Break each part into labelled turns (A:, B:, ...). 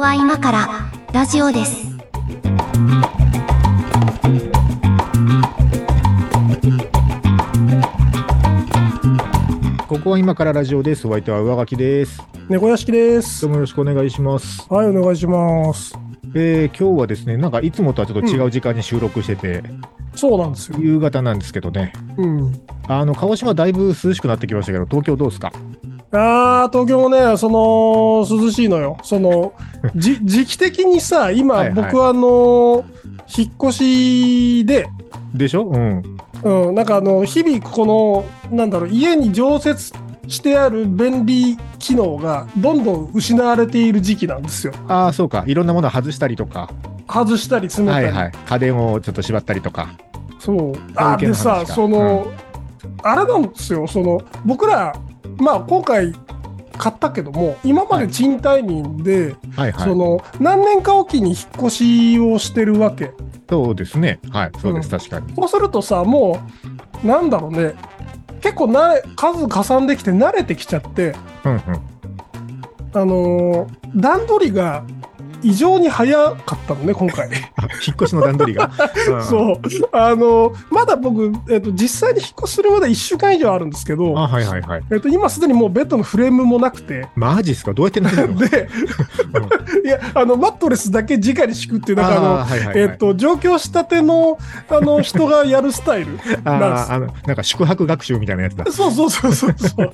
A: は今からラジオです。
B: ここは今からラジオです。お相手は上書きです。
C: 猫屋敷で
B: ど
C: す
B: う。もよろしくお願いします。
C: はい、お願いします。
B: えー、今日はですね、なんかいつもとはちょっと違う時間に収録してて、
C: そうなんですよ。
B: 夕方なんですけどね。
C: うん。
B: あの、鹿児島だいぶ涼しくなってきましたけど、東京どうですか
C: あー、東京もね、その、涼しいのよ。そ の、じ、時期的にさ、今、
B: はいはい
C: 僕はあの、引っ越しで、
B: でしょうん。
C: うん、なんかあの、日々この、なんだろう、家に常設してある便利機能が、どんどん失われている時期なんですよ。
B: ああ、そうか。いろんなものを外したりとか、
C: 外したり、詰めた
B: は
C: り。
B: いはい。家電をちょっと縛ったりとか。
C: そう。あ
B: 関係の
C: で
B: 話か
C: さ、その、あれなんですよ、その、僕ら、まあ、今回、買ったけども、今まで賃貸人で、
B: はいはい
C: そ。の、何年かおきに引っ越しをしてるわけ。
B: そうですね。はい。そうです。
C: う
B: 確かに。
C: そうするとさ、もう、なんだろうね、結構なれ、数加算できて慣れてきちゃって、
B: うんうん。
C: あのー段取りが、異常に早かったのね、今回。
B: あ引っ越しの段取り が。うん
C: そう。あのーまだ僕、えっと、実際に引っ越しするまで1週間以上あるんですけど、
B: あ、はいはいはい。
C: えっと、今すでにもうベッドのフレームもなくて、
B: マジっすかどうやってなるの
C: で、 いや、あの、マットレスだけ直に敷く っていう、なんかあの、
B: あーはいはいはい
C: えっと、上京したての、あの、人がやるスタイル。
B: あーあの、なんか宿泊学習みたいなやつだ。
C: そうそうそうそうそう。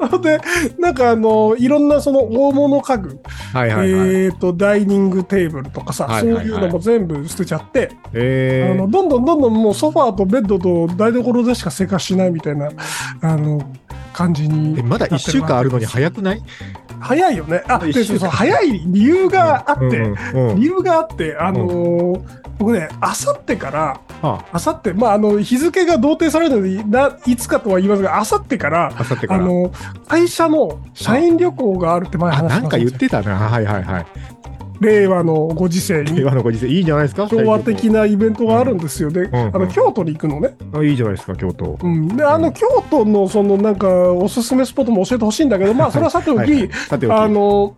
C: なので、なんかあの、いろんなその大物家具、
B: はいはいはい。
C: えっ、と、ダイニングテーブルとかさ、
B: はいはいはい
C: そういうのも全部捨てちゃって、
B: えー
C: あの、どんどんどんどんもうソファーとベッドと台所でしか生活しないみたいな、あの、感じに
B: えまだ1週間あるのに早くない
C: 早いよね。あ、で
B: 一緒
C: そうそう早い理由があって、
B: うんうん
C: 理由があって、あのー僕ね、あさってから、
B: あ
C: あさって、まあ、あの、日付が同定されるので、ないつかとは言いますが、あさってから、
B: あさってか
C: あ
B: ら。
C: の、会社の社員旅行があるって前話
B: あ、
C: しました
B: なんか言ってたな。はいはいはい。
C: 令和のご時世
B: 令
C: に、
B: 和のご時世、いいじゃないですか。
C: 昭和的なイベントがあるんですよ。
B: んう
C: で、
B: ん
C: あの、京都に行くのね。
B: あいいじゃないですか、京都。
C: うん。で、あの、京都の、その、なんか、おすすめスポットも教えてほしいんだけど、まあ、それはさてお
B: は
C: き
B: い、さておき。
C: あの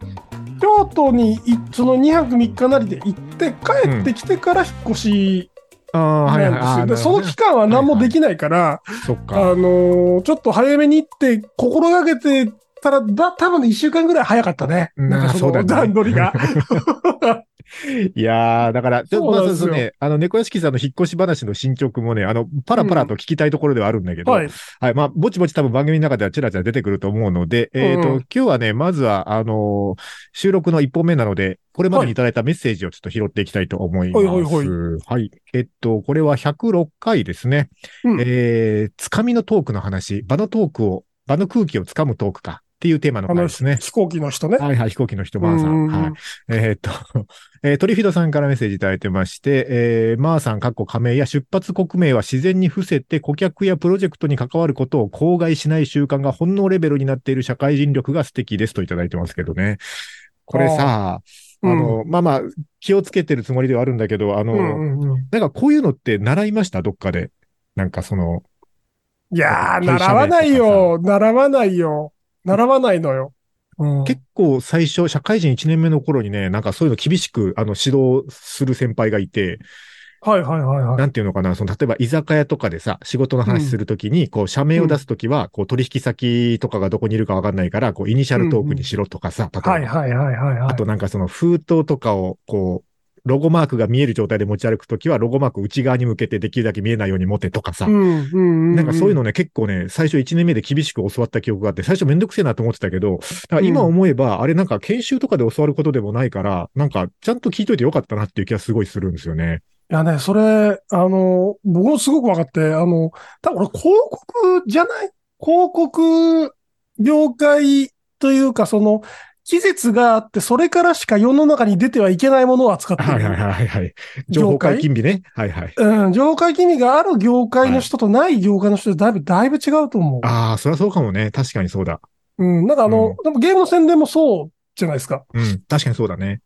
C: 京都にいその2泊3日なりで行って帰ってきてから引っ越し
B: あーはいはいあ
C: な
B: ー
C: ん
B: な
C: で
B: る
C: す
B: ほ
C: よ。
B: どね
C: でその期間は何もできないから、
B: そっ
C: あ
B: か。
C: のちょっと早めに行って心がけてたらだ多分ね1週間ぐらい早かったね。
B: うん
C: なんか
B: そうだ
C: その
B: ね
C: 段取りが。
B: いやー、だから、ちょ
C: そう
B: まあ
C: なん
B: そう
C: ですよ
B: そうね、あの、猫屋敷さんの引っ越し話の進捗もね、あの、パラパラと聞きたいところではあるんだけど、
C: はい。
B: はい。まあ、ぼちぼち多分番組の中ではちらちら出てくると思うので、えっ、と、
C: うん
B: 今日はね、まずは、あのー収録の一本目なので、これまでにいただいたメッセージをちょっと拾っていきたいと思います。
C: はいはいはい
B: はいえっと、これは106回ですね。
C: うん
B: えー、つかみのトークの話、場のトークを、場の空気をつかむトークかっていうテーマの
C: あ
B: 回
C: の
B: ですね。
C: 飛行機の人ね。
B: はいはい、飛行機の人、マーさ
C: う
B: ん。
C: んうん
B: はい。えーっと、 えートリフィドさんからメッセージいただいてまして、えーマーさん、かっこ仮名や出発国名は自然に伏せて顧客やプロジェクトに関わることを口外しない習慣が本能レベルになっている社会人力が素敵ですといただいてますけどね。これさ、あ
C: うん
B: の、まあまあ、気をつけてるつもりではあるんだけど、あの、
C: うんうんうん
B: なんかこういうのって習いましたどっかで。なんかその、
C: いやー、
B: 会社名とかさ
C: 習わないよ。習わないよ。習わないのよ。うん
B: 結構最初、社会人1年目の頃にね、なんかそういうの厳しく、あの、指導する先輩がいて、
C: はいはいはいはい。
B: なんていうのかな、その例えば居酒屋とかでさ、仕事の話するときに、こう、社名を出すときは、こう、取引先とかがどこにいるかわかんないから、こう、イニシャルトークにしろとかさ、例えば
C: はいはいはいはいはい。
B: あとなんかその封筒とかを、こう、ロゴマークが見える状態で持ち歩くときは、ロゴマーク内側に向けてできるだけ見えないように持てとかさ、
C: うんうんうん、
B: なんかそういうのね、結構ね、最初1年目で厳しく教わった記憶があって、最初めんどくせえなと思ってたけど、なんか今思えば、あれなんか研修とかで教わることでもないから、なんかちゃんと聞いといてよかったなっていう気がすごいするんですよね。
C: いやね、それ、あの、僕もすごく分かって、あの、多分俺広告じゃない広告業界というか、その、期日があって、それからしか世の中に出てはいけないものを扱っている。
B: はいはいはいはい。情報解禁日ね。はいはい。
C: うん、情報解禁味がある業界の人とない業界の人でだいぶ、だいぶ違うと思
B: ああ、そりゃそうかもね。確かにそうだ。
C: う。うん、なんかあの、でもゲームの宣伝もそうじゃないですか。
B: うん。確かにそうだね。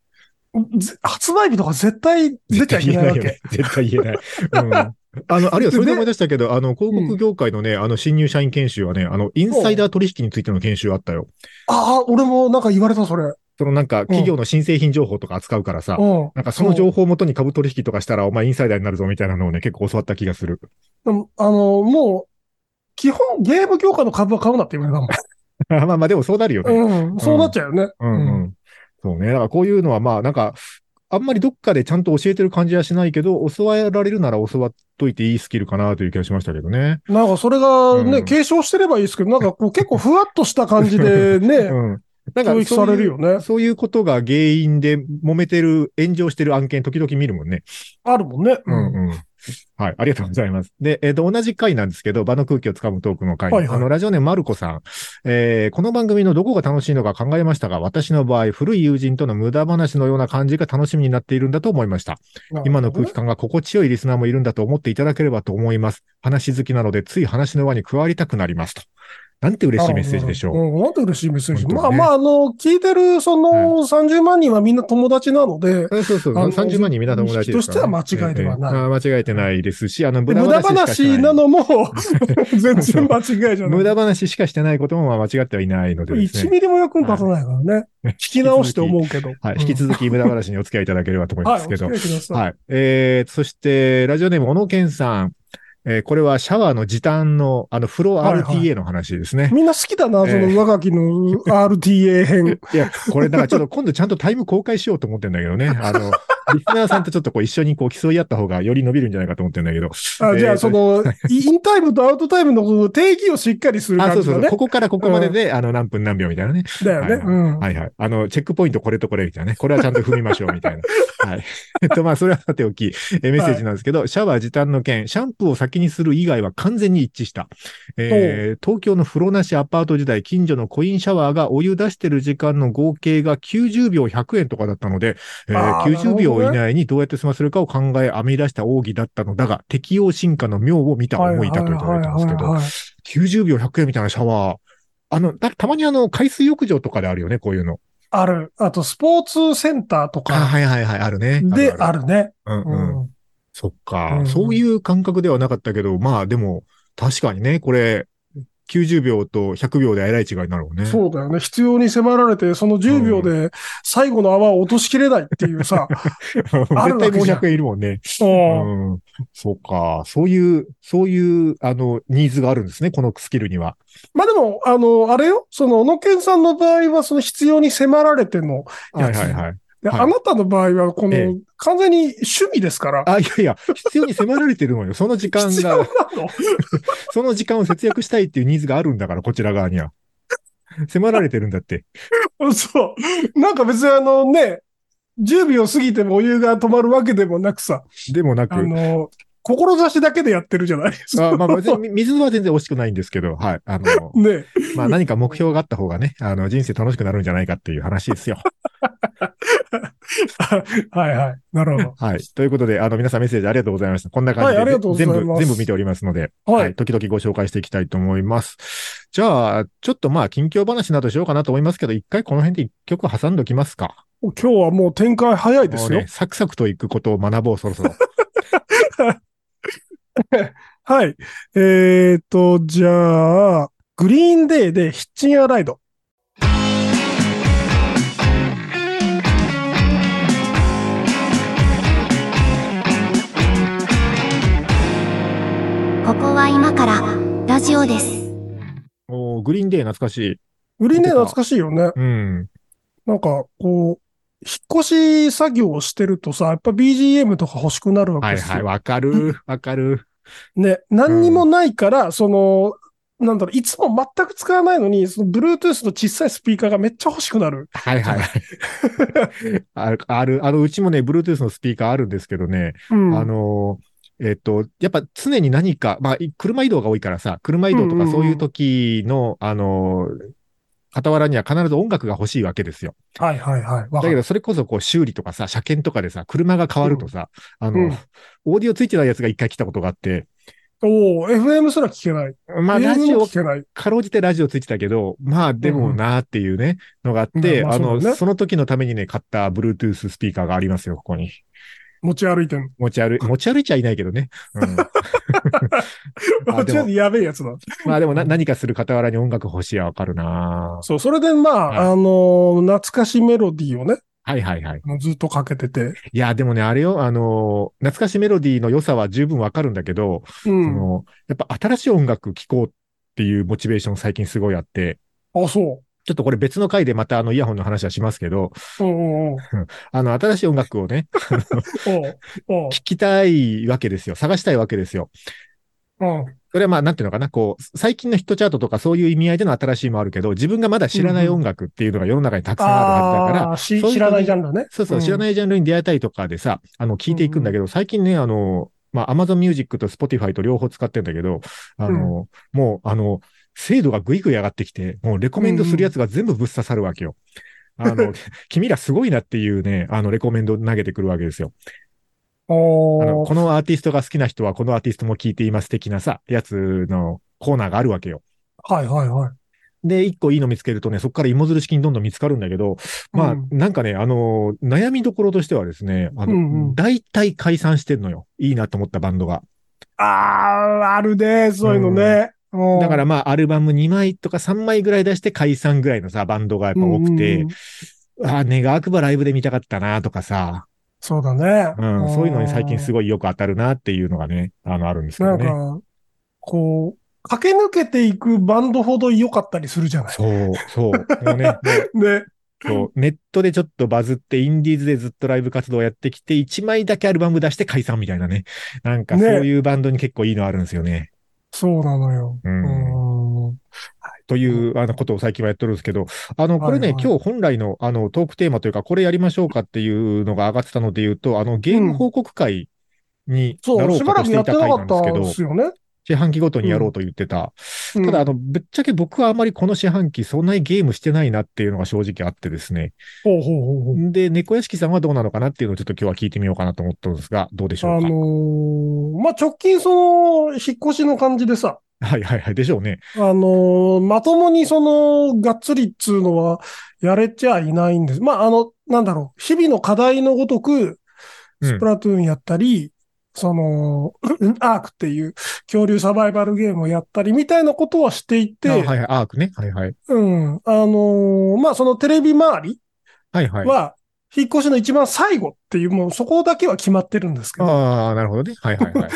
C: ぜ発売日とか絶対出ちゃいけない
B: よ
C: わけ。
B: ね。絶対言えない。うん。あ の、あるいはそれで思い出したけど、あの、広告業界のね、あの、新入社員研修はね、あの、インサイダー取引についての研修あったよ。
C: ああ、俺もなんか言われた、それ。
B: そのなんか企業の新製品情報とか扱うからさ、
C: うん。
B: なんかその情報をもとに株取引とかしたらお前インサイダーになるぞみたいなのをね、結構教わった気がする。
C: でもあの、もう、基本ゲーム業界の株は買うなって言われた
B: まあまあでもそうなるよね。
C: もん。うん。そうなっちゃうよね。
B: うんうん。そうね。だからこういうのはまあなんか、あんまりどっかでちゃんと教えてる感じはしないけど、教わられるなら教わっといていいスキルかなという気がしましたけどね。
C: なんかそれがね、
B: うん
C: 継承してればいいですけど、なんかこう結構ふわっとした感じで
B: う
C: ね、
B: ん。 なんか
C: 教育されるよね。
B: そういうことが原因で揉めてる、炎上してる案件時々見るもんね。
C: あるもんね。
B: うんうん。はい。ありがとうございます。で、えっ、と、同じ回なんですけど、場の空気をつかむトークの回。
C: はいはい
B: あの、ラジオネームマルコさん。えーこの番組のどこが楽しいのか考えましたが、私の場合、古い友人との無駄話のような感じが楽しみになっているんだと思いました。今の空気感が心地よいリスナーもいるんだと思っていただければと思います。話好きなので、つい話の輪に加わりたくなりますと。なんて嬉しいメッセージでしょう。
C: うん、なんて嬉しいメッセージ。
B: 本当
C: まあ
B: ね
C: まあ、あの、聞いてる、その、30万人はみんな友達なので、
B: そうそうそう。
C: あの
B: 30万人みんな友達ですから、ね。
C: 人としては間違いではない
B: ええああ間違えてないですし、あの、無駄
C: 無駄
B: 話しかしてない
C: 話なのも、 全然間違いじゃない。
B: 無駄話しかしてないこともまあ間違ってはいないのでです
C: 1
B: ね。
C: ミリも役に立たないからね。聞き直して思うけど。
B: はい。引き続き無駄話にお付き合いいただければと思い
C: は
B: ま
C: い、お
B: すけ
C: 付き
B: ど
C: 合。いください。
B: はい。えー、そして、ラジオネーム、小野健さん。えー、これはシャワーの時短の、あの、風呂
C: はいはい
B: RTA の話ですね。い
C: みんな好きだな、その上書きの RTA 編。
B: や、これ、だからちょっと今度ちゃんとタイム公開しようと思ってんだけど ね。あの、リスナーさんとちょっとこう一緒にこう競い合った方がより伸びるんじゃないかと思ってんだけど。
C: あじ
B: え
C: ゃ
B: ー
C: あ、そ の、インタイムとアウトタイムのこの定義をしっかりする
B: あ、そ
C: 感
B: う
C: じ
B: そう
C: だ
B: そう。
C: ね
B: こ。こからここまでで、あの、何分何秒みたいなね。
C: だよね。うん。
B: はいはい。あの、チェックポイントこれとこれみたいなね。これはちゃんと踏みましょうみたいな。はい。えっと、まあ、それはさておき、えメッセージなんですけど、シャワー時短の件、シャンプーを先にする以外は完全に一致した。えー東京の風呂なしアパート時代、近所のコインシャワーがお湯出してる時間の合計が90秒100円とかだったので、えー
C: あーなる
B: 90
C: ほど
B: 秒
C: ね
B: 以内にどうやって済ませるかを考え編み出した奥義だったのだが、適応進化の妙を見た思いだといただいたんですけど、
C: はいはいはいはい
B: 90秒100円みたいなシャワー、あの、たたまにあの、海水浴場とかであるよね、こういうの。
C: ある。あと、スポーツセンターと
B: あ、
C: か
B: はいはいはい、あるね。
C: であるね。
B: ある。う
C: うん
B: うん。
C: ん
B: そっか、
C: うん
B: そういう感覚ではなかったけど、まあでも、確かにね、これ、90秒と100秒でえらい違いになるもんね。
C: そうだよね。必要に迫られて、その10秒で最後の泡を落としきれないっていう さ。ある
B: 絶
C: わ
B: 対
C: けじゃん
B: 500円いるもんね。
C: うん
B: うん。そうか。そういう、そういう、あの、ニーズがあるんですね、このスキルには。
C: まあでも、あの、あれよ。その、小野健さんの場合は、その必要に迫られての。
B: はいはいはい。
C: で
B: はい
C: あなたの場合は、こ
B: ええ
C: の、完全に趣味ですから。
B: あ、いやいや、必要に迫られてるのよ。その時間
C: 必要な
B: が、
C: の
B: その時間を節約したいっていうニーズがあるんだから、こちら側には。迫られてるんだって。
C: そう。なんか別にあのね、10秒過ぎてもお湯が止まるわけでもなくさ、
B: でもなく。
C: あの、志だけでやってるじゃないですか。
B: あまあ、別に水は全然惜しくないんですけど、はい。あの、
C: ね
B: まあ何か目標があった方がね、あの、人生楽しくなるんじゃないかっていう話ですよ。
C: はいはい。なるほ
B: はい。ということで、あの、皆さんメッセージありがとうございました。こんな感じで、
C: はいありがとうございます
B: 全部、全部見ておりますので、
C: ど。はい。
B: 時々ご紹介していきたいと思います。じゃあ、ちょっとまあ、近況話などしようかなと思いますけど、一回この辺で一曲挟んどきますか。
C: 今日はもう展開早いです
B: も
C: よ。
B: うね、サクサクといくことを学ぼう、そろ そろ。
C: はい。えーと、じゃあ、グリーンデーでヒッチンアライド。
A: ここは今からラジオです。
B: おーグリーンデー懐かしい。
C: グリーンデー懐かしいよね。
B: うん。
C: なんか、こう、引っ越し作業をしてるとさ、やっぱ BGM とか欲しくなるわけ
B: はい
C: ですよ。
B: はい、わかる、わかる。
C: ね、何にもないから、その、なんだろう、いつも全く使わないのに、その Bluetooth の小さいスピーカーがめっちゃ欲しくなる。
B: はいはいはい。 ある、ある、あの、うちもね、Bluetooth のスピーカーあるんですけどね、
C: うん
B: あのー、えっと、やっぱ常に何か、まあ、い車移動が多いからさ、車移動と
C: うんうんう
B: か
C: ん
B: そういう時の、あのー、傍らには必ず音楽が欲しいわけですよ。
C: はいはいはい。わ
B: だ
C: か
B: け
C: る。
B: ど、それこそこう修理とかさ、車検とかでさ、車が変わるとさ、あの、
C: うん
B: オーディオついてないやつが一回来たことがあって、
C: おお FM すら聞けない。
B: まあ、ラ
C: AM
B: ジ
C: も
B: オ
C: 聞、けない。
B: かろうじてラジオついてたけど、まあ、でもなーっていうね、のがあって、
C: まあま
B: あ
C: あそう
B: の、
C: だね
B: その時のためにね、買った Bluetooth スピーカーがありますよ、ここに。
C: 持ち歩いてん
B: 持ち歩い、持ち歩いちゃいないけどね。 うん、
C: の。
B: あ
C: 持
B: で
C: ち
B: も
C: 歩いてやべえやつだ。
B: まあでもな何かする傍らに音楽欲しいはわかるな
C: そう、それでまあ、
B: はい
C: あの懐かしメロディーをね、
B: はいはいはい。
C: ずっとかけてて。
B: いや、でもね、あれよ、あのー懐かしメロディーの良さは十分わかるんだけど、
C: う
B: そ
C: ん。
B: の、やっぱ新しい音楽聴こうっていうモチベーション最近すごいあって、
C: あ、そ
B: ちょっとこれ別の回でまたあのイヤホンの話はしますけど、
C: う。うんうんうん。
B: あの新しい音楽をね、
C: おうおう
B: 聴きたいわけですよ。探したいわけですよ。
C: うん。
B: それはまあ、なんていうのかな、こう、最近のヒットチャートとかそういう意味合いでの新しいもあるけど、自分がまだ知らない音楽っていうのが世の中にたくさんあるはずだから、
C: ああー、し
B: そういう時
C: 知らないジャンルね。
B: そうそう、知ら
C: い。
B: ないジャンルに出会いたいとかでさ、あの、聞いていくんだけど、最近ね、あの、まあ、Amazon Music と Spotify と両方使ってんだけど、あの、もう、あの、精度がぐいぐい上がってきて、もうレコメンドするやつが全部ぶっ刺さるわけよ。あ の、君らすごいなっていうね、あの、レコメンド投げてくるわけですよ。
C: お
B: あの、
C: ー
B: このアーティストが好きな人はこのアーティストも聞いています的なさ、やつのコーナーがあるわけよ。
C: はいはいはい。
B: で、一個いいの見つけるとね、そこから芋づる式にどんどん見つかるんだけど、まあ、
C: うん
B: なんかね、あのー悩みどころとしてはですね、あの、
C: うんうん
B: 大体解散してんのよ。いいなと思ったバンドが。
C: ああ、あるね、そういうのね。うん
B: だからまあ、アルバム2枚とか3枚ぐらい出して解散ぐらいのさ、バンドがやっぱ多くて、
C: うんうんうん
B: ああ、願わくばライブで見たかったなとかさ、
C: そうだね。
B: うん、そういうのに最近す
C: ご
B: ごいよく当たるなっていうのがね、あの、あるんですけ
C: な
B: ど
C: ん
B: ね。
C: か、こう、駆け抜けていくバンドほど良かったりするじゃない。
B: そう、そう。もうね、もう
C: ね。
B: そうネットでちょっとバズって、インディーズでずっとライブ活動をやってきて、1枚だけアルバム出して解散みたいなね。なんかそう
C: ね
B: いうバンドに結構いいのあるんですよね。
C: そうなのよ。
B: うん
C: うん
B: というあのことを最近はやってるんですけど、あの、これね、
C: はいはい
B: 今日本来のあのトークテーマというか、これやりましょうかっていうのが上がってたので言うと、あの、ゲーム報告会にな
C: そ
B: ろう
C: う、しば
B: からとし
C: く
B: て
C: や
B: い
C: って
B: た
C: な
B: 回な
C: かっ
B: んです
C: た
B: け
C: で
B: ど、
C: すよね。
B: 四半期ごとにやろうと言ってた。
C: うん
B: ただ、あの、ぶっちゃけ僕はあまりこの四半期そんなにゲームしてないなっていうのが正直あってですね。
C: ほうほうほうほう。
B: で、猫屋敷さんはどうなのかなっていうのをちょっと今日は聞いてみようかなと思ってるんですが、どうでしょ
C: あ
B: うか。
C: のーまあ、直近その、引っ越しの感じでさ、
B: はいはいはい。でしょうね。
C: あのーまともにその、がっつりっつうのは、やれちゃいないんです。まあ、あの、なんだろう、日々の課題のごとく、
B: うん
C: スプラトゥーンやったり、その、 アークっていう恐竜サバイバルゲームをやったりみたいなことはしていて、
B: あはいはい。アークね。はいはい。
C: うん。あのーまあ、そのテレビ周り
B: はいはい。
C: は、引っ越しの一番最後っていう、もうそこだけは決まってるんですけど。
B: ああ、なるほどね。はいはいはい。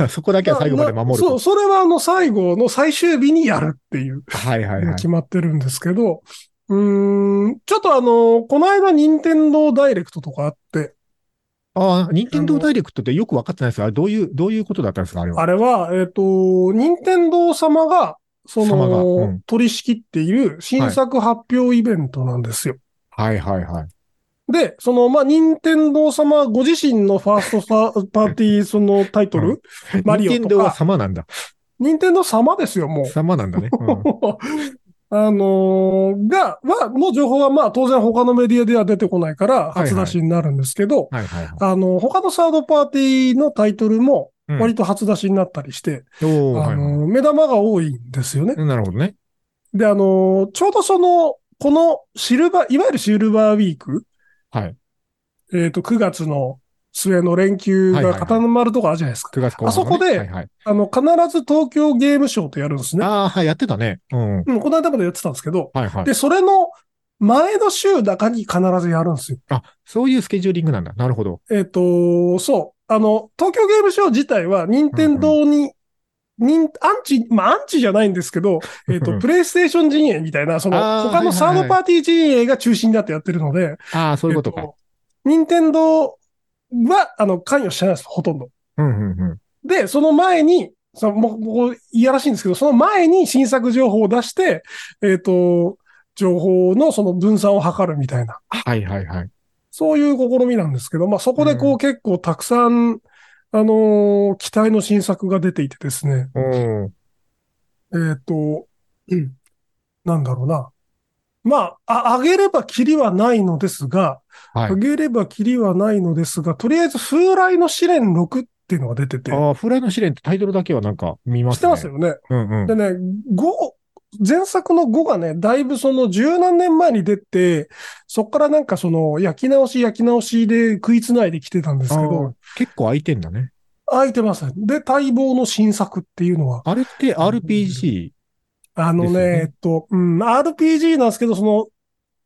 C: うん
B: そこだけは最後まで守る
C: そ
B: と
C: う、。それはあの最後の最終日にやるっていう、
B: はいはいはい。
C: 決まってるんですけど、うーん、ちょっとあの、この間任天堂ダイレクトとかあって、
B: ああ、任天
C: あ
B: 堂
C: の
B: ダイレクトってよく分かってないですが、あれどういう、どういうことだったんですかあれは。
C: あれは、えっ、と、任天堂様が、そ
B: 様が
C: の、
B: うん
C: 取り仕切っている新作発表イベントなんですよ。
B: はいはいはい。
C: で、その、まあ、任天堂様ご自身のファース トサパーティー、そのタイトル、マリオとか
B: 任天堂は様なんだ。
C: 任天堂様ですよ、もう。
B: 様なんだね。うん
C: あのーが、は、の情報はまあ当然他のメディアでは出てこないから
B: はい
C: 初出しになるんですけど、
B: はいはいはい。
C: あの、他のサードパーティーのタイトルも
B: うん
C: 割と初出しになったりして、
B: おー
C: あ
B: はいはい
C: のー目玉が多いんですよね。
B: うんなるほどね。
C: で、あのーちょうどその、このシルバー、いわゆるシルバーウィーク、
B: はい。
C: えっ、と、9月の末の連休
B: はい
C: が
B: はいはい
C: 固まるとこあるじゃないですか。
B: 9月後半のね
C: あそこで
B: はいはい
C: あの、必ず東京ゲームショーとやるんですね。
B: ああ、はい、やってたね。うん。
C: うん、この間までやってたんですけど、
B: はいはい。
C: で、それの前の週だかに必ずやるんですよ。
B: あ、そういうスケジューリングなんだ。なるほど。
C: えっ、と、そう。あの、東京ゲームショウ自体は、任天堂に、にん、アンチ、まあ、アンチじゃないんですけど、え
B: う
C: っ、
B: んう
C: と、
B: ん
C: プレイステーション陣営みたいな、その、
B: あー
C: 他のサードパーティー陣営が中心になってやってるので、
B: ああ、そういうこと
C: え
B: か。
C: っと任天堂は、あの、関与してないです、ほとんど。
B: うんうんうん。
C: で、その前に、そのもう、もう、いやらしいんですけど、その前に新作情報を出して、えっ、と、情報のその分散を図るみたいな。
B: はいはいはい。
C: そういう試みなんですけど、まあそこでこ
B: う
C: う結構たくさん、あのー期待の新作が出ていてですね、
B: うん。
C: えっ、と、うんなんだろうな。まあ、あ、上げればキリはないのですが、
B: はい
C: 上げればキリはないのですが、とりあえず風来の試練6っていうのが出てて、
B: ああ、フライの試練ってタイトルだけはなんか見ま
C: 知っ
B: す
C: て
B: ね。
C: ますよね。
B: うんうん。
C: でね、5、前作の5がね、だいぶその十何年前に出て、そっからなんかその焼き直し焼き直しで食いつないできてたんですけ
B: あ
C: ど
B: ー、結構空いてんだね。
C: 空いてます。で、待望の新作っていうのは、
B: あれって RPG、
C: あの
B: ですよ
C: ね、
B: ね
C: えっと、うん、RPG なんですけど、その、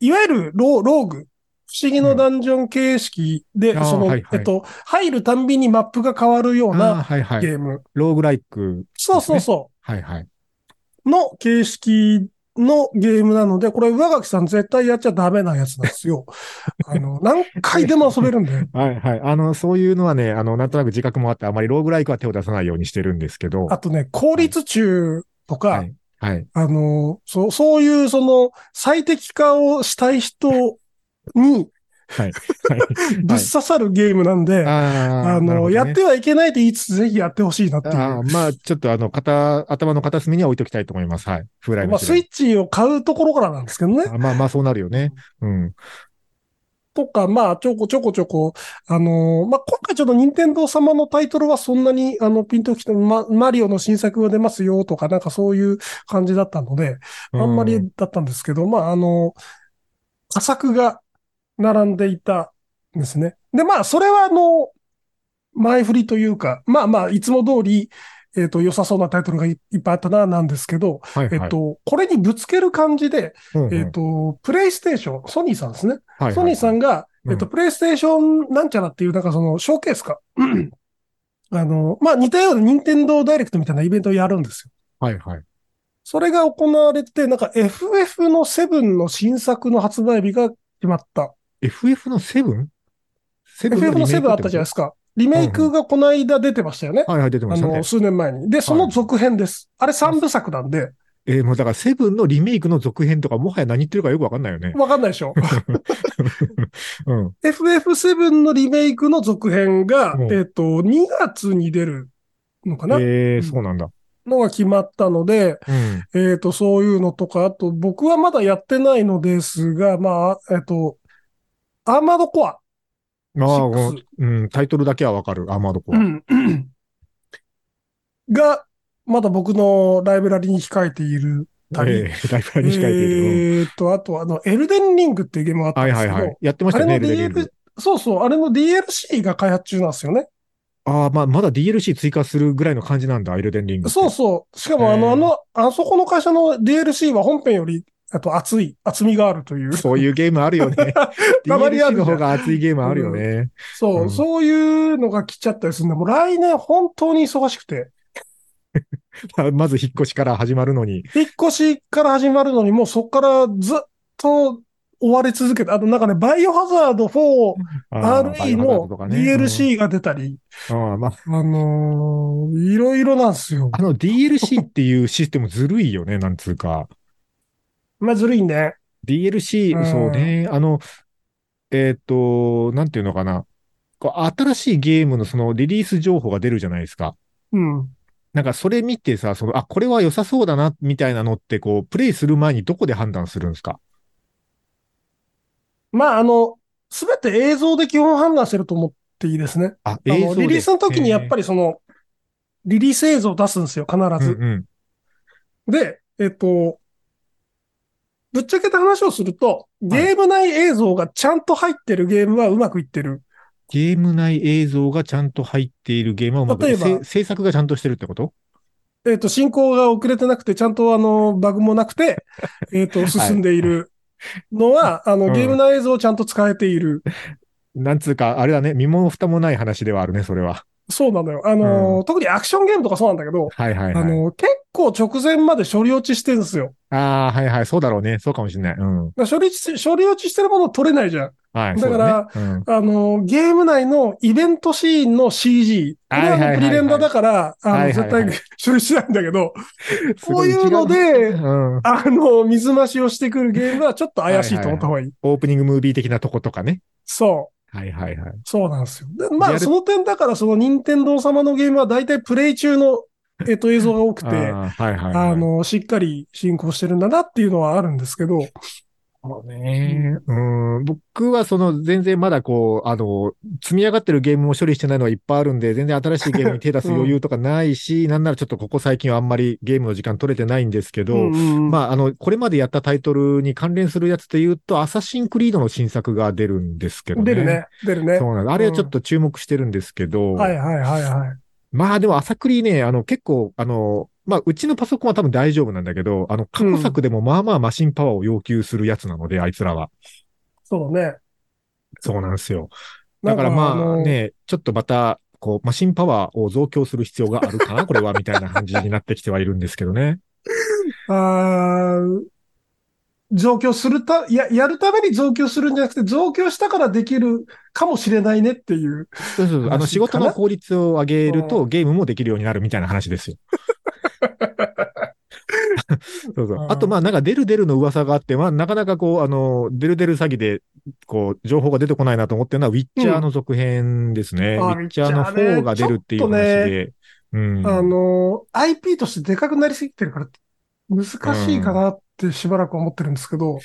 C: いわゆるローローグ、不思議のダンジョン形式で、
B: うんあー
C: その、
B: はいはい
C: えっと、入るたんびにマップが変わるよう
B: ああ、
C: な
B: はいはい。
C: ゲーム。
B: ローグライク。
C: そうそうそう。
B: はいはい。
C: の形式のゲームなので、これ上垣さん絶対やっちゃダメなやつなんで すよ。あの、何回でも遊べるんで。
B: はいはい。あの、そういうのはね、あの、なんとなく自覚もあって、あまりローグライクは手を出さないようにしてるんですけど。
C: あとね、効率中とか、
B: はい。はい。
C: あの、そう、そういうその最適化をしたい人に
B: はい。
C: ぶっ刺さるゲームなん で、
B: あ
C: あ
B: ーなる
C: の、
B: ほどね
C: やってはいけないと言いつつぜひやってほしいなっていう。
B: あーまあ、ちょっとあの、片、頭の片隅には置いときたいと思います。はい。風来
C: ま
B: の
C: あ、スイッチを買うところからなんですけどね。
B: あまあまあ、そうなるよね。うん。
C: とか、まあ、ちょこちょこちょこ、あのーまあ、今回ちょっと任天堂様のタイトルはそんなに、あの、ピンときて、ま、マリオの新作が出ますよとか、なんかそういう感じだったので、あんま
B: う
C: りだったんですけど、まあ、あの佳作が並んでいたんですね。で、まあ、それはあの、前振りというか、まあまあ、いつも通り、えっ、と、良さそうなタイトルがいいっぱいあったな、なんですけど、
B: はいはい
C: えっ、と、これにぶつける感じで、
B: うんうん
C: えっ、と、プレイステーション、ソニーさんですね。
B: はいはい
C: ソニーさんが、
B: うん
C: えっと、プレイステーションなんちゃらっていう、なんかその、ショーケースか。あの、まあ、似たような、ニンテンドーダイレクトみたいなイベントをやるんですよ。
B: はいはい。
C: それが行われて、なんか FF の7の新作の発売日が決まった。
B: FF の 7?FF
C: FF の7あったじゃないですか。リメイクがこの間出てましたよね。
B: はいはい、出てま
C: あ
B: したね
C: の、。数年前に。で、その続編です。あれ3部作なんで、
B: えーもうだから、セブンのリメイクの続編とか、もはや何言ってるかよくわかんないよね。
C: わかんないでしょ。
B: うん。
C: FF7 のリメイクの続編が、
B: うん
C: えっと、2月に出るのかな、
B: え
C: うん
B: ー、そうなんだ。
C: のが決まったので、
B: うん。
C: えっ、と、そういうのとか、あと、僕はまだやってないのですが、まあ、えっ、と、アーマードコア。
B: まあ、
C: 6
B: うん、タイトルだけはわかる、アーマードコア。
C: うんが、まだ僕のライブラリに控えているた
B: え
C: り。
B: ー、ライブラリに控えている。うん
C: えっと、あと、あの、エルデンリングっていうゲームがあったん
B: は
C: で
B: いは
C: すけ
B: い
C: ど、
B: はい。やってましたよ
C: あ
B: ね、
C: れの
B: レデン
C: DL、そうそう、あれの DLC が開発中なんですよね。
B: ああ、まあ、まだ DLC 追加するぐらいの感じなんだ、エルデンリングって。
C: そうそう。しかも、あ
B: へ
C: の、
B: ー
C: あの、あそこの会社の DLC は本編より、あと、厚い、厚みがあるという。
B: そういうゲームあるよ ね。
C: たまにあ
B: DLC
C: るじ
B: の
C: ゃん
B: 方が熱いゲームあるよね。
C: そう、
B: うん
C: そういうのが来ちゃったりするんで、もう来年本当に忙しくて、
B: まず引っ越しから始まるのに。
C: 引っ越しから始まるのに、もうそこからずっと追われ続けて、あとなんかね、バイオハザード4、
B: あー
C: RE
B: バイオハザード
C: の
B: とかね
C: DLC が出たり、
B: うんあーまあ、
C: あのーいろいろなんですよ。
B: あの DLC っていうシステムずるいよね、なんつうか。
C: まあ、ずるいね。
B: DLC、
C: うん
B: そうね。あの、えーっ、と、なんていうのかな。こう新しいゲームのそのリリース情報が出るじゃないですか。
C: うん。
B: なんかそれ見てさ、その、あ、これは良さそうだな、みたいなのって、こう、プレイする前にどこで判断するんですか
C: まあ、あの、すべて映像で基本判断してると思っていいですね。
B: あ、
C: あ
B: 映像
C: の
B: で。
C: リリースの時にやっぱ
B: り、
C: りその、リリース映像を出すんですよ、必ず。
B: うんうん。
C: で、えっと、ぶっちゃけた話をすると、ゲーム内映像がちゃんと入ってるゲームはうまくいってる。
B: ゲーム内映像がちゃんと入っているゲームはうまく
C: 例えば
B: せ制作がちゃんとしてるってこと
C: えっと、進行が遅れてなくて、ちゃんとあの、バグもな くて、えっと、進んでいるのは、あ
B: う
C: の、
B: ん
C: ゲーム内映像をちゃんと使えている。
B: なんつうか、あれだね、身も蓋もない話ではあるね、それは。
C: そうなのよ。あの、
B: う
C: 特にアクションゲームとかそうなんだけど、
B: はいはい
C: あ
B: はい。
C: の、結構直前まで処理落ちしてるんですよ。
B: ああー、はいはい、そうだろうね。そうかもしれない。うん。
C: だから処理し、処理落ちしてるもの取れないじゃん。
B: はい、
C: だ
B: そう
C: から
B: ねうん
C: あの、ゲーム内のイベントシーンの CG。これはあ
B: はいはいはいは
C: の
B: い
C: プリレンダだから、あ
B: は
C: の、
B: いはい
C: 絶
B: はい
C: 対処理しないんだけど、
B: すご
C: こういうので
B: 一覧うん
C: あの、水増しをしてくるゲームはちょっと怪しいと思った方がいい。
B: オープニングムービー的なとことかね。
C: そ
B: はいはいはい。
C: う。そうなんですよ。でま
B: リア
C: あ、
B: ル
C: その点だから、その、任天堂様のゲームは大体プレイ中の、え っと、映像が多く
B: あ
C: て、
B: ーはいはいはい。
C: あの、しっかり進行してるんだなっていうのはあるんですけど、そうね。
B: うん、僕はその全然まだこう、あの、積み上がってるゲームを処理してないのはいっぱいあるんで、全然新しいゲームに手出す余裕とかないし、なんならちょっとここ最近はあんまりゲームの時間取れてないんですけど、
C: あ、
B: まあ、あの、これまでやったタイトルに関連するやつで言うと、アサシンクリードの新作が出るんですけどね。
C: 出るね。出るね。
B: そうなんです。あれはちょっと注目してるんですけど、
C: はいはいはいはい。
B: まあでも朝クリね、あの結構、あの、まあうちのパソコンは多分大丈夫なんだけど、あの過去作でもまあまあマシンパワーを要求するやつなので、あいつらは。
C: そうね。
B: そうなんですよ。
C: な
B: だ
C: ん
B: からまあ
C: の
B: ね、ちょっとまた、こう、マシンパワーを増強する必要があるかな、これは、みたいな感じになってきてはいるんですけどね。
C: あー増強するた、や、やるために増強するんじゃなくて、増強したからできるかもしれないねっていう。
B: そうそうそうあの、仕事の効率を上げる
C: う
B: とゲームもできるようになるみたいな話 ですよ。そうそう。あと、まあ、なんか、デルデルの噂があって、まあ、なかなかこう、あの、デルデル詐欺で、こう、情報が出てこないなと思ってるのは、ウィッチャーの続編ですね。
C: うん
B: ウ
C: あ
B: ィッチャーの4が出るっていう話で。うん。
C: あの、IP としてでかくなりすぎてるから、難しいかなってしばらく思ってるんですけど、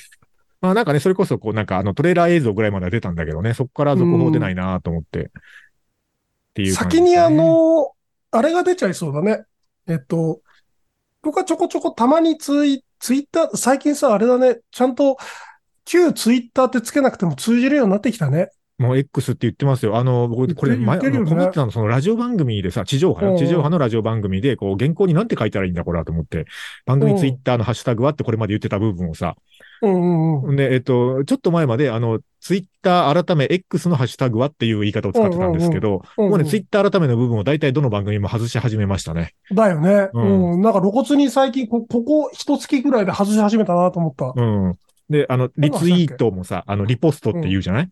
B: まあなんかね、それこそ、こうなんかあのトレーラー映像ぐらいまでは出たんだけどね、そこから続報出ないなと思って。っていう感じ
C: 先
B: ですね
C: にあ、の、あれが出ちゃいそうだね。えっと、僕はちょこちょこたまにツイ、ツイッター、最近さ、あれだね、ちゃんと、旧ツイッターってつけなくても通じるようになってきたね。
B: もう X って言ってますよ。あの、僕、これ、
C: 言って
B: 前、あ
C: る言ってるよ
B: の、
C: ね
B: コメントのそのラジオ番組でさ、地上波
C: う
B: よ
C: ん
B: 地上波のラジオ番組で、こう、原稿になんて書いたらいいんだ、これはと思って、番組ツイッターのハッシュタグはってこれまで言ってた部分をさ、
C: うんうんうん。
B: で、えっと、ちょっと前まで、あの、ツイッター改め X のハッシュタグはっていう言い方を使ってたんですけど、
C: うんうん
B: もうね、ツイッター改めの部分を大体どの番組も外し始めましたね。
C: だよね。
B: う
C: うんん。なんか露骨に最近こ、ここ一月ぐらいで外し始めたなと思った。
B: うん。で、あの、リツイートもさ、あの、リポストって言うじゃない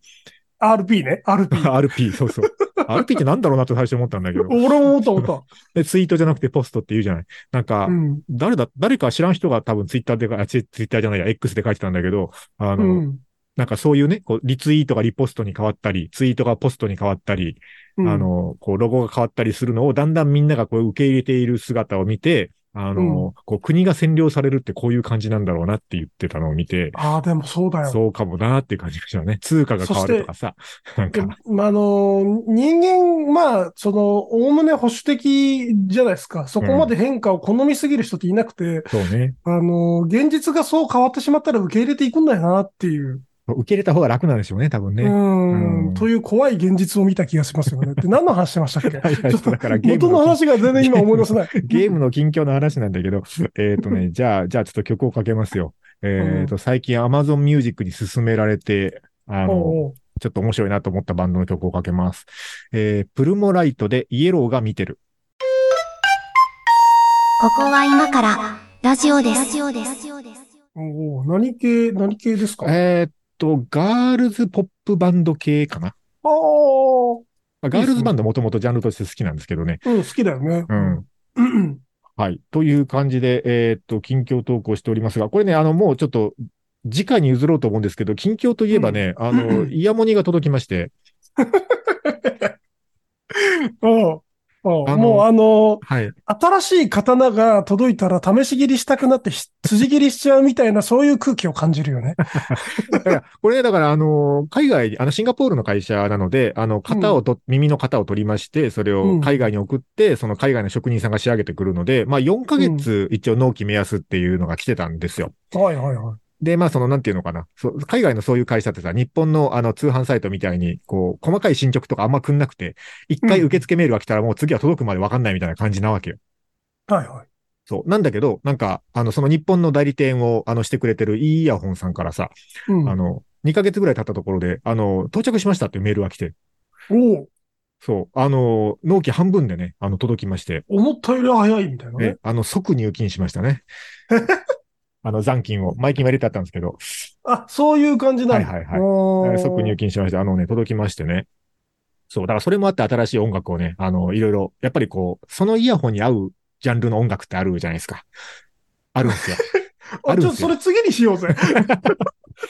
C: RP ね。RP。
B: ?RP、そうそう。RP ってなんだろうなって最初思ったんだけ ど。
C: 俺も思った 思っ
B: で、ツイートじゃなくてポストって言うじゃないなんか
C: た。う、ん。
B: 誰だ、誰か知らん人が多分ツイッターでか、あツイツイッターじゃないや、X で書いてたんだけど、あ
C: う
B: の、
C: ん。
B: なんかそういうね、こう、リツイートがリポストに変わったり、ツイートがポストに変わったり、
C: うん
B: あ、の、こう、ロゴが変わったりするのをだんだんみんながこう受け入れている姿を見て、あの、こう、国が占領されるってこういう感じなんだろうなって言ってたのを見て、
C: ああ、でもそうだよ。
B: そうかもなーっていう感じがしますね。通貨が変わるとかさ。なん
C: で
B: か、
C: まあ、あの、人間、まあ、その、おおむね保守的じゃないですか。そこまで変化を好みすぎる人っていなくて、
B: そうね。
C: あの、現実がそう変わってしまったら受け入れていくんだよなっていう。
B: 受け入れた方が楽なんでしょうね、多分ね。
C: う
B: は
C: ん、
B: うん
C: という怖い現実を見た気がしますよね。って何の話してましたっ け
B: いはい、
C: ちょっと
B: だからゲー
C: 元
B: ム
C: の
B: の、
C: 話が全然今思い出 せない。
B: ゲームの近況の話なんだけど、 えっとね、じゃあ、じゃあちょっと曲をかけますよ。えっと、最近 Amazon Music に勧められて、あの、
C: おうおう
B: ちょっと面白いなと思ったバンドの曲をかけます。えー、プルモライトでイエローが見てる。
A: ここは今からラジオです。ラジオです。
C: おうおう何系、何系ですかあ
B: えっと、ガールズポップバンド系かな。
C: あ、うん、
B: まあガールズバンドもともとジャンルとして好きなんですけどね。
C: 好きだよね。
B: うん。
C: うん。
B: はい。という感じで、えーっと、近況投稿しておりますが、これね、あの、もうちょっと、次回に譲ろうと思うんですけど、近況といえばね、あ の、イヤモニが届きまして、
C: おうおう
B: あの
C: もうあの、
B: はい。
C: 新しい刀が届いたら試し切りしたくなってひ辻切りしちゃうみたいなそういう空気を感じる よね。
B: だから、これ、だから、あの、海外、あの、シンガポールの会社なので、あの、型をと、耳の型を取りまして、それ
C: う
B: を
C: ん
B: 海外に送って、その海外の職人さんが仕上げてくるので、まあ、4ヶ月、一応、納期目安っていうのが来てたんですよ。
C: はいはいはい。
B: で、まあ、その、なんていうのかな。そう、海外のそういう会社ってさ、日本のあの、通販サイトみたいに、こう、細かい進捗とかあんまくんなくて、一回
C: うん
B: 受付メールが来たらもう次は届くまでわかんないみたいな感じなわけよ。
C: はいはい。
B: そう。なんだけど、なんか、あの、その日本の代理店を、あの、してくれてる e イヤホンさんからさ、
C: うん、
B: あの、2ヶ月ぐらい経ったところで、あの、到着しましたっていうメールが来て、
C: おう
B: そう、あの、納期半分でね、あの、届きまして、
C: 思ったより早いみたいな
B: え
C: ね。
B: あの、即入金しましたね。 あの、残金を、前金は入れてあったんですけど、
C: あ、そういう感じなんだ。
B: はいはいはい
C: は
B: えー即入金しまして、あのね、届きましてね。そう、だからそれもあって新しい音楽をね、あの、いろいろ、やっぱりこう、そのイヤホンに合うジャンルの音楽ってあるじゃないですか。あるん ですよ。あ
C: あ、
B: るん
C: ち
B: すよ
C: ょっとそれ次にしようぜ。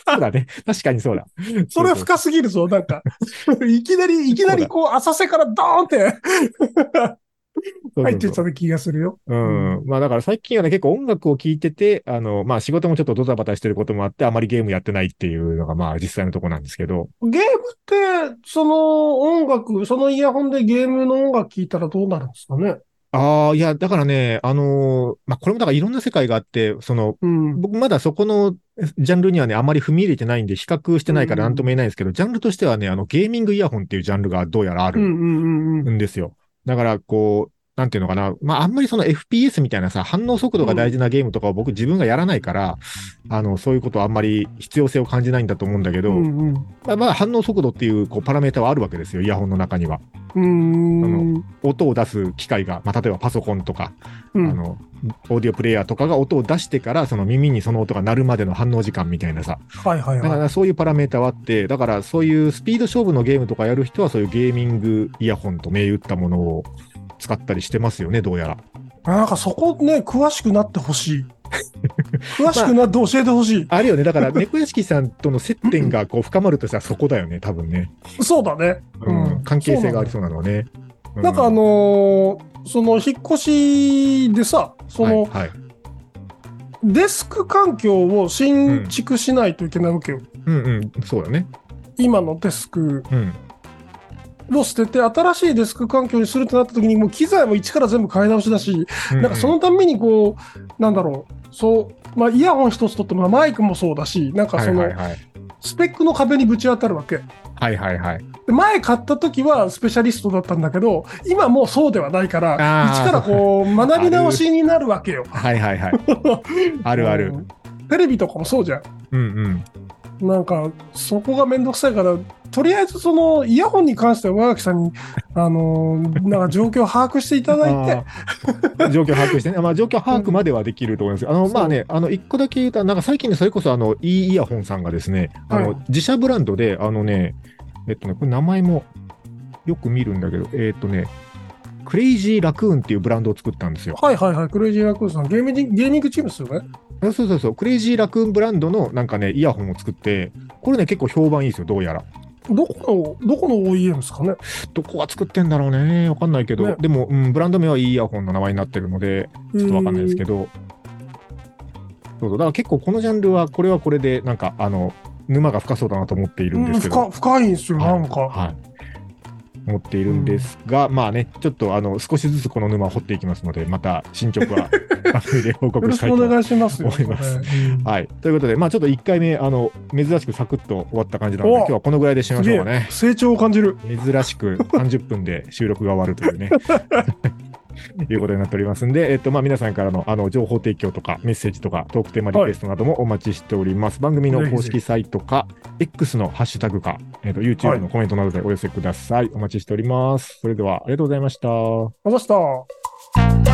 B: そうだね。確かにそうだ。
C: それは深す ぎるぞ、なんか。いきなり、いきなりこう、浅瀬からドーンって。
B: そうそうそう
C: 入ってた気がするよ。
B: うん。まあだから最近はね、結構音楽を聴いてて、あの、まあ仕事もちょっとドタバタしてることもあって、あまりゲームやってないっていうのがまあ実際のとこなんですけど。
C: ゲームって、その音楽、そのイヤホンでゲームの音楽聴いたらどうなるんですかね。
B: ああ、いや、だからね、あのーまあこれもだからいろんな世界があって、その、
C: うん。
B: 僕まだそこのジャンルにはね、あまり踏み入れてないんで、比較してないからなんとも言えないんですけど、ジャンルとしてはね、あの、ゲーミングイヤホンっていうジャンルがどうやらあ
C: うんう
B: る
C: んうんうん。
B: んですよ。だから、こう、なんていうのかな。まあ、あんまりその FPS みたいなさ、反応速度が大事なゲームとかを僕自分がやらないから、あの、そういうことはあんまり必要性を感じないんだと思うんだけど、
C: うんうん
B: まあ、まあ反応速度っていう、こう、パラメータはあるわけですよ、イヤホンの中には。
C: うん。
B: 音を出す機械が、まあ、例えばパソコンとか、
C: う
B: あ
C: ん。
B: の、オーディオプレイヤーとかが音を出してから、その耳にその音が鳴るまでの反応時間みたいなさ、
C: はいはい
B: だか
C: はい。
B: らそういうパラメータはあって、だからそういうスピード勝負のゲームとかやる人は、そういうゲーミングイヤホンと銘打ったものを使ったりしてますよね、どうやら。
C: なんかそこね、詳しくなってほし い。詳しくなって教えてほしい。
B: あるよね、だ から猫屋敷さんとの接点がこう深まるとしたらそこだよね、多分ね。
C: そうだね。
B: うん
C: うん
B: 関係性がありそうなのはね。う
C: なんかあ、のーその引っ越しでさ、その
B: はいはい
C: デスク環境を新築しないといけないわけよ。
B: うんうん、そうだね。
C: 今のデスク
B: うん。
C: を捨てて、新しいデスク環境にするってなった時に、もう機材も一から全部買い直しだし、 なんかそのためにこう、なんだろう、そう、まあイヤホン一つ取ってもマイクもそうだし、なんか
B: は
C: そ
B: いは
C: の
B: いはい。
C: スペックの壁にぶち当たるわけ。
B: はいはいはい。
C: で前買った時はスペシャリストだったんだけど、今もうそうではないか
B: あ
C: ら、
B: ー
C: 一からこう学び直しになるわけよ。
B: はいはい はい。あるある
C: う。ん。テレビとかもそうじゃ
B: うんうん。
C: ん。なんか、そこがめんどくさいから、とりあえずそのイヤホンに関しては、上垣さんに、あのーなんか状況を把握していた だいて、
B: あー 状況把握してね。まあ、状況把握まではできると思いますけどあの、まあね、あの、一個だけ言うと、なんか最近ね、それこそ、あの、いいイヤホンさんがですね、あの、
C: はい
B: 自社ブランドで、あのね、えっとね、これ名前もよく見るんだけど、えっとね、クレイジーラクーンっていうブランドを作ったんですよ。
C: はいはいはい、クレイジーラクーンさん、ゲーミングゲーミングチームですよね。
B: あそうそうそう、クレイジーラクーンブランドのなんかね、イヤホンを作って、これね、結構評判いいですよ、どうやら。
C: どこの、どこの OEM ですかね。
B: どこが作ってんだろうね、わかんないけど、
C: ね
B: でも、うん、ブランド名はいいイヤホンの名前になってるので、ちょっとわかんないですけど、そうそうだから結構このジャンルは、これはこれで、なんか、あの、沼が深そうだなと思っているんですけど、
C: うん深深いんですよ、なんか。
B: はいはい思っているんですが、まあね、ちょっとあの少しずつこの沼を掘っていきますので、また進捗 は番組で報
C: よ
B: 告
C: ろ
B: し
C: したく
B: いと思
C: お
B: います。
C: 願いしますよ。
B: 思います
C: これねうん
B: はい。ということで、まあちょっと1回目、あの、珍しくサクッと終わった感じなので、
C: お
B: 今日はこのぐらいでしますし
C: げ
B: ょうか
C: え
B: ね。
C: 成長を感じる。
B: 珍しく30分で収録が終わるというね。 いうことになっておりますんで、えっと、まあ、皆さんからの、あの、情報提供とか、メッセージとか、トークテーマリクエストなどもお待ちしております。番組の公式サイトか、X のハッシュタグか、えっと、YouTube のコメントなどでお寄せください。お待ちしております。それでは、ありがとうございました。
C: あざした。
A: 「